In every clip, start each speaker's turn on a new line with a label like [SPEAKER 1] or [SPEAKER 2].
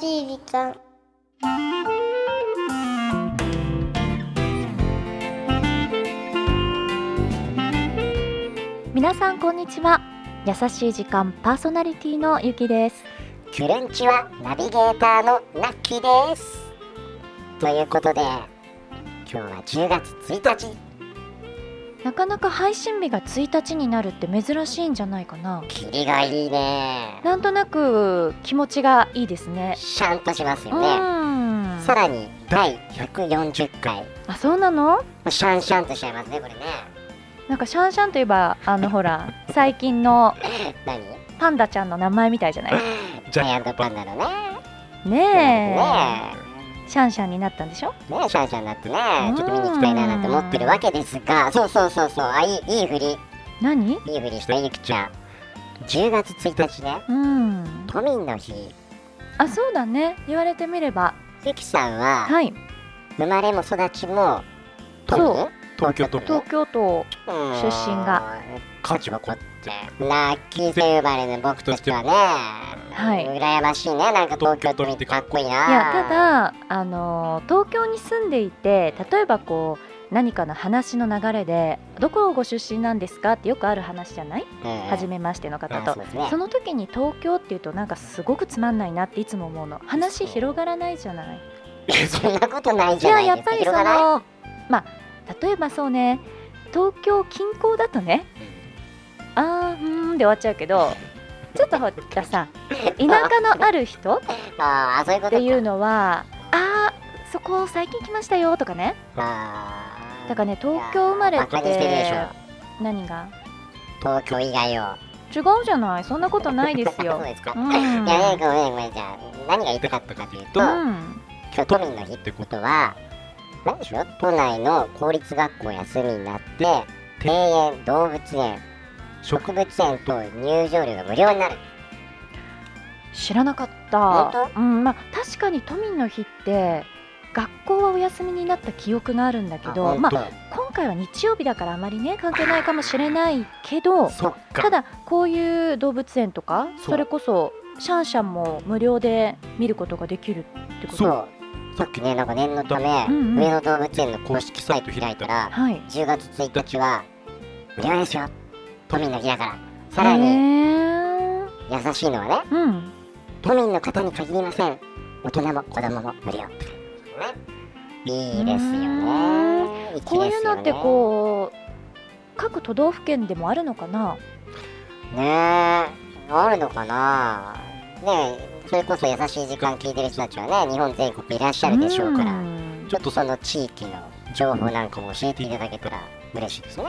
[SPEAKER 1] しい時間
[SPEAKER 2] 皆さんこんにちは優しい時間パーソナリティのゆきです
[SPEAKER 3] キュレンチはナビゲーターのナッキーですということで今日は10月1日
[SPEAKER 2] なかなか配信日が1日になるって珍しいんじゃないかな
[SPEAKER 3] 霧がいいね
[SPEAKER 2] なんとなく気持ちがいいですね
[SPEAKER 3] シャンとします
[SPEAKER 2] う
[SPEAKER 3] よね
[SPEAKER 2] ん
[SPEAKER 3] さらに第140回
[SPEAKER 2] あそうなの
[SPEAKER 3] シャンシャンとしちゃいますねこれね
[SPEAKER 2] なんかシャンシャンといえばあのほら最近の
[SPEAKER 3] 何
[SPEAKER 2] パンダちゃんの名前みたいじゃない
[SPEAKER 3] ジャイアントパンダのね
[SPEAKER 2] ね
[SPEAKER 3] ね
[SPEAKER 2] えシャンシャンになったんでしょ
[SPEAKER 3] えねえシャンシャンだってねちょっと見に行きたいななんて思ってるわけですがそうそうそうそうあいいいいふり
[SPEAKER 2] 何
[SPEAKER 3] いいふりしたゆきちゃん10月1日ね
[SPEAKER 2] うん
[SPEAKER 3] 都民の日
[SPEAKER 2] あそうだね言われてみれば
[SPEAKER 3] ゆきさんは、
[SPEAKER 2] はい
[SPEAKER 3] 生まれも育ちも
[SPEAKER 2] そう
[SPEAKER 4] 東京都民
[SPEAKER 2] 東京都
[SPEAKER 3] 出
[SPEAKER 2] 身が
[SPEAKER 4] 価値はこ
[SPEAKER 3] ラッキーと呼ばれる僕としてはね、
[SPEAKER 2] はい
[SPEAKER 3] 羨ましいねなんか東京都民ってかっこいいない
[SPEAKER 2] やただあの東京に住んでいて例えばこう何かの話の流れで「どこご出身なんですか?」ってよくある話じゃない
[SPEAKER 3] うん
[SPEAKER 2] 初めましての方
[SPEAKER 3] あそう
[SPEAKER 2] と。
[SPEAKER 3] ですね
[SPEAKER 2] その時に東京っていうとなんかすごくつまんないなっていつも思うの話広がらないじゃない
[SPEAKER 3] いやそんなことない
[SPEAKER 2] い
[SPEAKER 3] じ
[SPEAKER 2] や
[SPEAKER 3] ゃないで
[SPEAKER 2] や
[SPEAKER 3] す
[SPEAKER 2] っぱ
[SPEAKER 3] か
[SPEAKER 2] りそ
[SPEAKER 3] 広がない
[SPEAKER 2] のまあ例えばそうね東京近郊だとねあーうーんで終わっちゃうけどちょっとほらさ田舎のある人
[SPEAKER 3] ああそういうこ
[SPEAKER 2] って
[SPEAKER 3] とか
[SPEAKER 2] いうのはあーそこ最近来ましたよとかね
[SPEAKER 3] あー
[SPEAKER 2] だからね東京生まれっ
[SPEAKER 3] バカにしてるでして
[SPEAKER 2] 何が
[SPEAKER 3] ょ東京以外を
[SPEAKER 2] 違うじゃないそんなことないです
[SPEAKER 3] そう
[SPEAKER 2] よ。
[SPEAKER 3] ですか、
[SPEAKER 2] う
[SPEAKER 3] い
[SPEAKER 2] ん
[SPEAKER 3] やねごめんごめんじゃあ何が言いたかったかというと、
[SPEAKER 2] うん
[SPEAKER 3] 今日都民の日ってことは何でしょ都内の公立学校休みになって庭園動物園植物園と入場料が無料になる
[SPEAKER 2] 知らなかっ
[SPEAKER 3] 本
[SPEAKER 2] た、うんまあ、確かに都民の日って学校はお休みになった記憶があるんだけどまあ、今回は日曜日だからあまりね関係ないかもしれないけど
[SPEAKER 4] そっか
[SPEAKER 2] ただこういう動物園とか
[SPEAKER 4] そう
[SPEAKER 2] それこそシャンシャンも無料で見ることができるってこと
[SPEAKER 3] そうさっきねなんか念のため、
[SPEAKER 2] うんうん
[SPEAKER 3] 上野動物園の公式サイト開いたら
[SPEAKER 2] はい
[SPEAKER 3] 10月1日は無料ですよ都民の日だからさらに
[SPEAKER 2] へー
[SPEAKER 3] 優しいのはね
[SPEAKER 2] うん
[SPEAKER 3] 都民の方に限りません大人も子供も無料っていいですよね粋ですよね
[SPEAKER 2] こういうのってこう各都道府県でもあるのかな
[SPEAKER 3] ねえあるのかなねえそれこそ優しい時間聞いてる人たちはね日本全国いらっしゃるでしょうから、
[SPEAKER 2] ん
[SPEAKER 3] ちょっとその地域の情報なんかも教えていただけたら嬉しいですね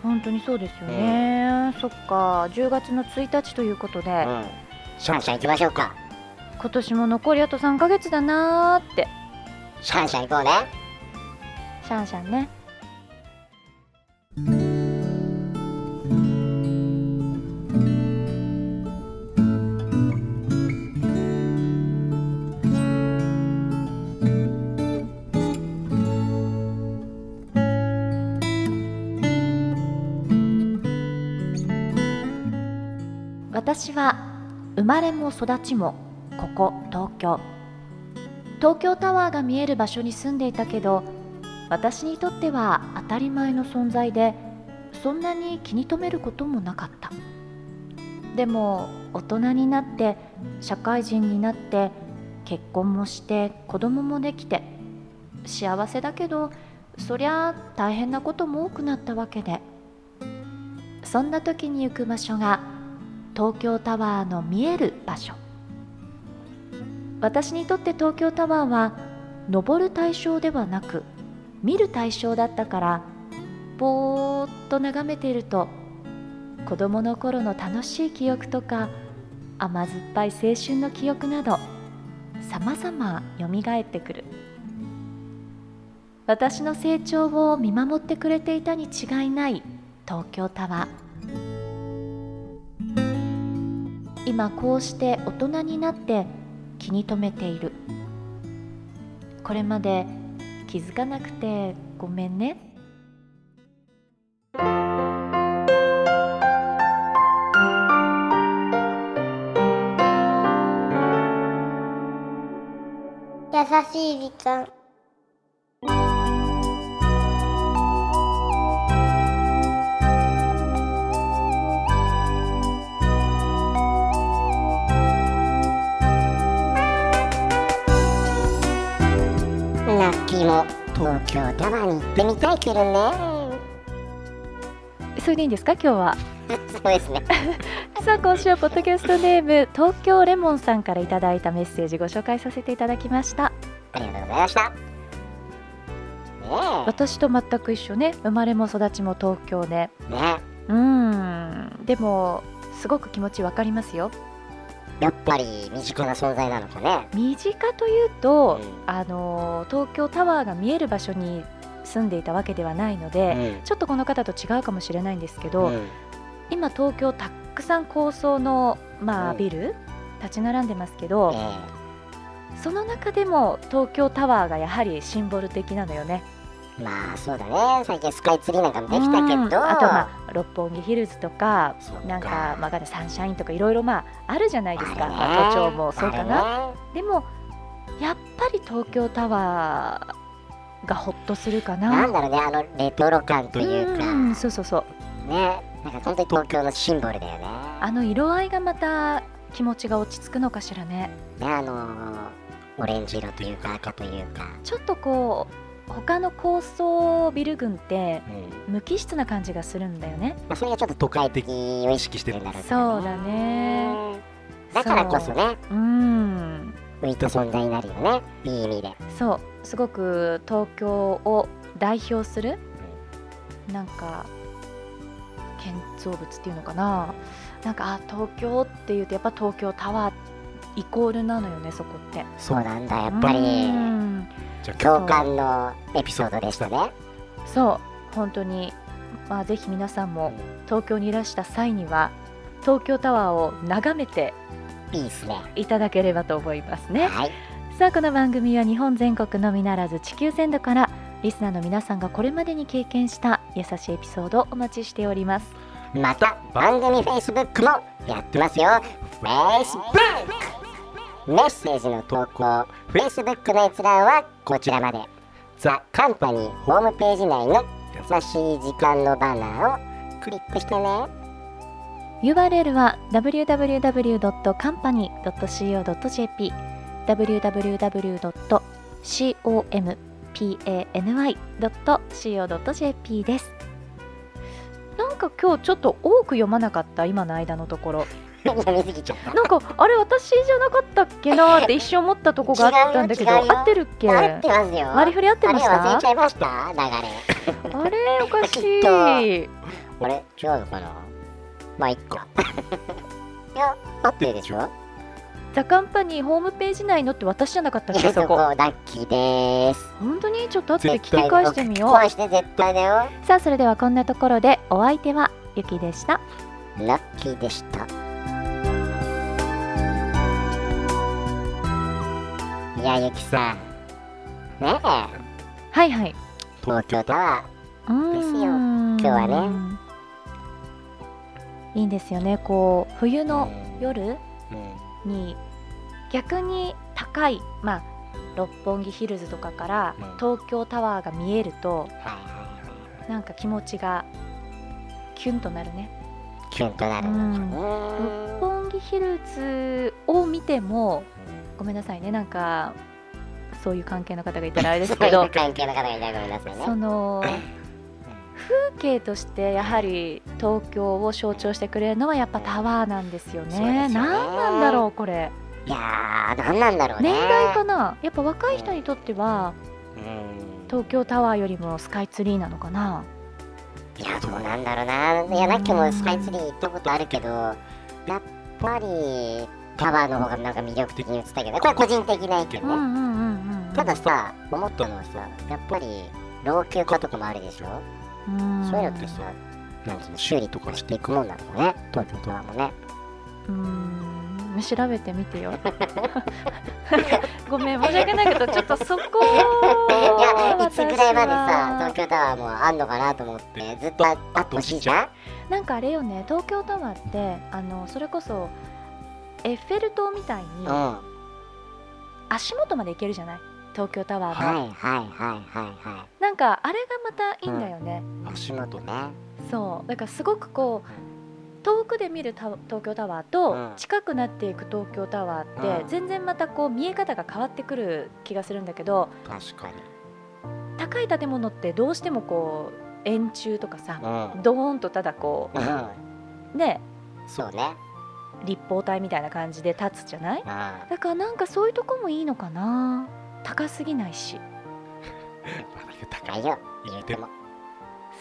[SPEAKER 2] 本当にそうですよね、そっか10月の1日ということで、
[SPEAKER 3] うんシャンシャン行きましょうか
[SPEAKER 2] 今年も残りあと3ヶ月だなーって
[SPEAKER 3] シャンシャン行こうね
[SPEAKER 2] シャンシャンね私は生まれも育ちもここ東京東京タワーが見える場所に住んでいたけど私にとっては当たり前の存在でそんなに気に留めることもなかったでも大人になって社会人になって結婚もして子供もできて幸せだけどそりゃあ大変なことも多くなったわけでそんな時に行く場所が東京タワーの見える場所私にとって東京タワーは登る対象ではなく見る対象だったからぼーっと眺めていると子どもの頃の楽しい記憶とか甘酸っぱい青春の記憶などさまざまよみがえってくる私の成長を見守ってくれていたに違いない東京タワー今こうして大人になって気に留めているこれまで気づかなくてごめんね
[SPEAKER 1] しい時間
[SPEAKER 3] ラッキーも東京タワーに行ってみたいけどね
[SPEAKER 2] それでいいんですか今日は
[SPEAKER 3] そうですね
[SPEAKER 2] さあ今週はポッドキャストネーム東京レモンさんからいただいたメッセージご紹介させていただきました
[SPEAKER 3] ありがとうございましたね
[SPEAKER 2] 私と全く一緒ね生まれも育ちも東京ね
[SPEAKER 3] えね
[SPEAKER 2] うーんでもすごく気持ちわかりますよ
[SPEAKER 3] えやっぱり身近な存在なのかね
[SPEAKER 2] 身近というと、
[SPEAKER 3] う
[SPEAKER 2] あの東京タワーが見える場所に住んでいたわけではないので、
[SPEAKER 3] ん
[SPEAKER 2] ちょっとこの方と違うかもしれないんですけど、
[SPEAKER 3] うん
[SPEAKER 2] 今東京たくさん高層の、まあ、
[SPEAKER 3] うん
[SPEAKER 2] ビル立ち並んでますけど、
[SPEAKER 3] え
[SPEAKER 2] その中でも東京タワーがやはりシンボル的なのよね。
[SPEAKER 3] えまあそうだね最近スカイツリーなんかもできたけど、
[SPEAKER 2] うんあと、まあ、六本木ヒルズとか
[SPEAKER 3] そうか
[SPEAKER 2] なんか、まあ、サンシャインとかいろいろ、まあ、あるじゃないですか、
[SPEAKER 3] あ
[SPEAKER 2] 都
[SPEAKER 3] れ
[SPEAKER 2] 庁
[SPEAKER 3] ね
[SPEAKER 2] もそうかな。
[SPEAKER 3] あ
[SPEAKER 2] でもやっぱり東京タワーがほっとするか
[SPEAKER 3] れねな
[SPEAKER 2] な。
[SPEAKER 3] んだろうねあのレトロ感というか、
[SPEAKER 2] うんそうそうそう
[SPEAKER 3] ねなんか本当に東京のシンボルだよね
[SPEAKER 2] あの色合いがまた気持ちが落ち着くのかしらね
[SPEAKER 3] ねあのーオレンジ色というか赤というか、
[SPEAKER 2] ちょっとこう他の高層ビル群って
[SPEAKER 3] うん
[SPEAKER 2] 無機質な感じがするんだよね
[SPEAKER 3] まあ、それがちょっと都会的を意識してるんだろう
[SPEAKER 2] そうだね
[SPEAKER 3] だからこそね
[SPEAKER 2] そううん
[SPEAKER 3] 浮いた存在になるよねいい意味で
[SPEAKER 2] そうすごく東京を代表するなんか建造物っていうのかななんかあ東京っていうとやっぱ東京タワーイコールなのよねそこって
[SPEAKER 3] そうなんだやっぱり
[SPEAKER 2] うん
[SPEAKER 3] 共感のエピソードでしたね
[SPEAKER 2] そう本当にまあぜひ皆さん
[SPEAKER 3] う
[SPEAKER 2] も
[SPEAKER 3] ん
[SPEAKER 2] 東京にいらした際には東京タワーを眺めて
[SPEAKER 3] いいですね
[SPEAKER 2] いただければと思いますね
[SPEAKER 3] はい
[SPEAKER 2] さあこの番組は日本全国のみならず地球全土からリスナーの皆さんがこれまでに経験した優しいエピソードをお待ちしております
[SPEAKER 3] また番組 Facebook もやってますよ Facebook メッセージの投稿 Facebook の閲覧はこちらまでザ・カンパニーホームページ内の優しい時間のバナーをクリックしてね
[SPEAKER 2] URL は www.company.co.jp www.company.co.jp ですなんか今日ちょっと多く読まなかった今の間のところ
[SPEAKER 3] 飲みすぎちゃった
[SPEAKER 2] なんかあれ私じゃなかったっけなーって一瞬思ったとこがあったんだけど
[SPEAKER 3] 違うよ違うよ
[SPEAKER 2] 合ってるっけ
[SPEAKER 3] 慣れてますよ
[SPEAKER 2] 割り振り合ってまし
[SPEAKER 3] あれ
[SPEAKER 2] た
[SPEAKER 3] 忘れちゃいました流れ
[SPEAKER 2] あれおかしい
[SPEAKER 3] ちょあれ違うのかなまあいっかいや合ってるでしょ
[SPEAKER 2] ザ・カンパニーホームページ内のって私じゃなかったっ
[SPEAKER 3] いや
[SPEAKER 2] け
[SPEAKER 3] そ
[SPEAKER 2] そ
[SPEAKER 3] こ
[SPEAKER 2] こ
[SPEAKER 3] ラッキーです
[SPEAKER 2] 本当にちょっと後で聞き返してみよう
[SPEAKER 3] 返して絶対だよ
[SPEAKER 2] さあそれではこんなところでお相手はゆきでした
[SPEAKER 3] ラッキーでしたいやゆきさんねえ
[SPEAKER 2] はいはい
[SPEAKER 3] 東京タワ
[SPEAKER 2] うーん
[SPEAKER 3] ですよ今日は
[SPEAKER 2] ねいいんですよねこう冬
[SPEAKER 3] ー
[SPEAKER 2] の夜
[SPEAKER 3] うん
[SPEAKER 2] に逆に高いまあ六本木ヒルズとかから
[SPEAKER 3] うん
[SPEAKER 2] 東京タワーが見えると
[SPEAKER 3] はいはいはい
[SPEAKER 2] なんか気持ちがキュンとなるね
[SPEAKER 3] キュンとなる
[SPEAKER 2] 六
[SPEAKER 3] のか
[SPEAKER 2] 本木ヒルズを見てもごめんなさいねなんかそういう関係の方がいたらあれで
[SPEAKER 3] な
[SPEAKER 2] す
[SPEAKER 3] そう
[SPEAKER 2] け
[SPEAKER 3] い
[SPEAKER 2] ど
[SPEAKER 3] う関係の方がいたらごめんなさいね
[SPEAKER 2] その風景としてやはり東京を象徴してくれるのはやっぱタワーなんですよね。
[SPEAKER 3] そうですよね
[SPEAKER 2] 何なんだろうこれ
[SPEAKER 3] いやー何なんだろうね
[SPEAKER 2] 年代かなやっぱ若い人にとっては
[SPEAKER 3] うん
[SPEAKER 2] 東京タワーよりもスカイツリーなのかな。
[SPEAKER 3] いやどうなんだろうないやラッキーもスカイツリー行ったことあるけどやっぱりタワーの方がなんか魅力的に映ったけどねこれ個人的な意見
[SPEAKER 2] う
[SPEAKER 3] ね
[SPEAKER 2] ん、うんうんうん。
[SPEAKER 3] たださ思ったのはさやっぱり老朽化とかもあるでしょ、
[SPEAKER 2] うん
[SPEAKER 3] そういうのってさなんつうの修理とかしていくもんなのね東京タワーもね
[SPEAKER 2] うん調べてみ てよ。ごめん申し訳ないけどちょっとそこを
[SPEAKER 3] いやい
[SPEAKER 2] 私
[SPEAKER 3] つ
[SPEAKER 2] は
[SPEAKER 3] ぐらいまでさ東京タワーもあんのかなと思ってずっとああってほしいじゃん
[SPEAKER 2] なんかあれよね東京タワーってあのそれこそエッフェル塔みたいに
[SPEAKER 3] うん
[SPEAKER 2] 足元まで行けるじゃない東京タワーが、
[SPEAKER 3] はいはいはいはいは
[SPEAKER 2] なんかあれがまたいいんだよね、
[SPEAKER 3] い足元ね
[SPEAKER 2] そうだからすごくこう遠くで見るタ東京タワーと
[SPEAKER 3] うん
[SPEAKER 2] 近くなっていく東京タワーっ
[SPEAKER 3] う
[SPEAKER 2] て
[SPEAKER 3] ん
[SPEAKER 2] 全然またこう見え方が変わってくる気がするんだけど
[SPEAKER 3] 確かに
[SPEAKER 2] 高い建物ってどうしてもこう円柱とかさ
[SPEAKER 3] う
[SPEAKER 2] ドーンとただこ
[SPEAKER 3] ん、うん、
[SPEAKER 2] うね
[SPEAKER 3] そうね
[SPEAKER 2] 立方体みたいな感じで立つじゃない
[SPEAKER 3] あ
[SPEAKER 2] だからなんかそういうとこもいいのかな高すぎないし
[SPEAKER 3] 高いよ言うても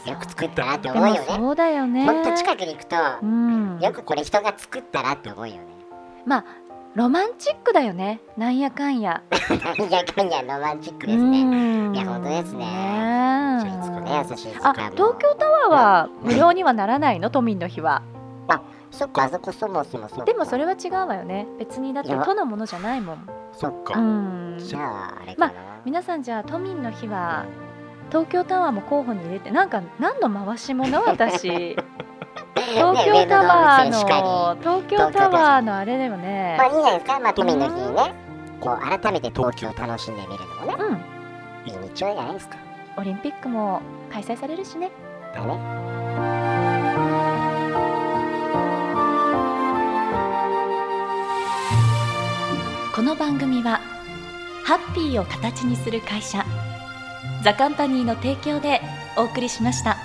[SPEAKER 3] よく作
[SPEAKER 2] っ
[SPEAKER 3] ったなって
[SPEAKER 2] て
[SPEAKER 3] 思うよね
[SPEAKER 2] そうだよね
[SPEAKER 3] ほんと近くに行くと、
[SPEAKER 2] うん
[SPEAKER 3] よくこれ人が作ったなって思うよね
[SPEAKER 2] まあロマンチックだよねなんやかんや
[SPEAKER 3] なんやかんやロマンチックですね、
[SPEAKER 2] ね
[SPEAKER 3] いや本当ですねじゃあいつかね優しい時
[SPEAKER 2] あ
[SPEAKER 3] 間も
[SPEAKER 2] 東京タワーは無料にはならないの都民の日は
[SPEAKER 3] そっかあそこそもそもそも
[SPEAKER 2] でもそれは違うわよね別にだって
[SPEAKER 3] いや
[SPEAKER 2] 都のものじゃないもん
[SPEAKER 3] そっ
[SPEAKER 2] う
[SPEAKER 3] か、
[SPEAKER 2] ん
[SPEAKER 3] じゃああれかな、
[SPEAKER 2] 皆さんじゃあ都民の日は東京タワーも候補に入れてなんか何の回し物私東京タワー
[SPEAKER 3] ね上野動物園しか
[SPEAKER 2] の東京タワーのあれだよ
[SPEAKER 3] まあい
[SPEAKER 2] ね
[SPEAKER 3] いじゃないですか、まあ、都民の日にねこう改めて東京を楽しんでみるのもね
[SPEAKER 2] うん
[SPEAKER 3] いい日曜じゃないですか
[SPEAKER 2] オリンピックも開催されるしね
[SPEAKER 3] だね
[SPEAKER 2] この番組はハッピーを形にする会社ザカンパニーの提供でお送りしました。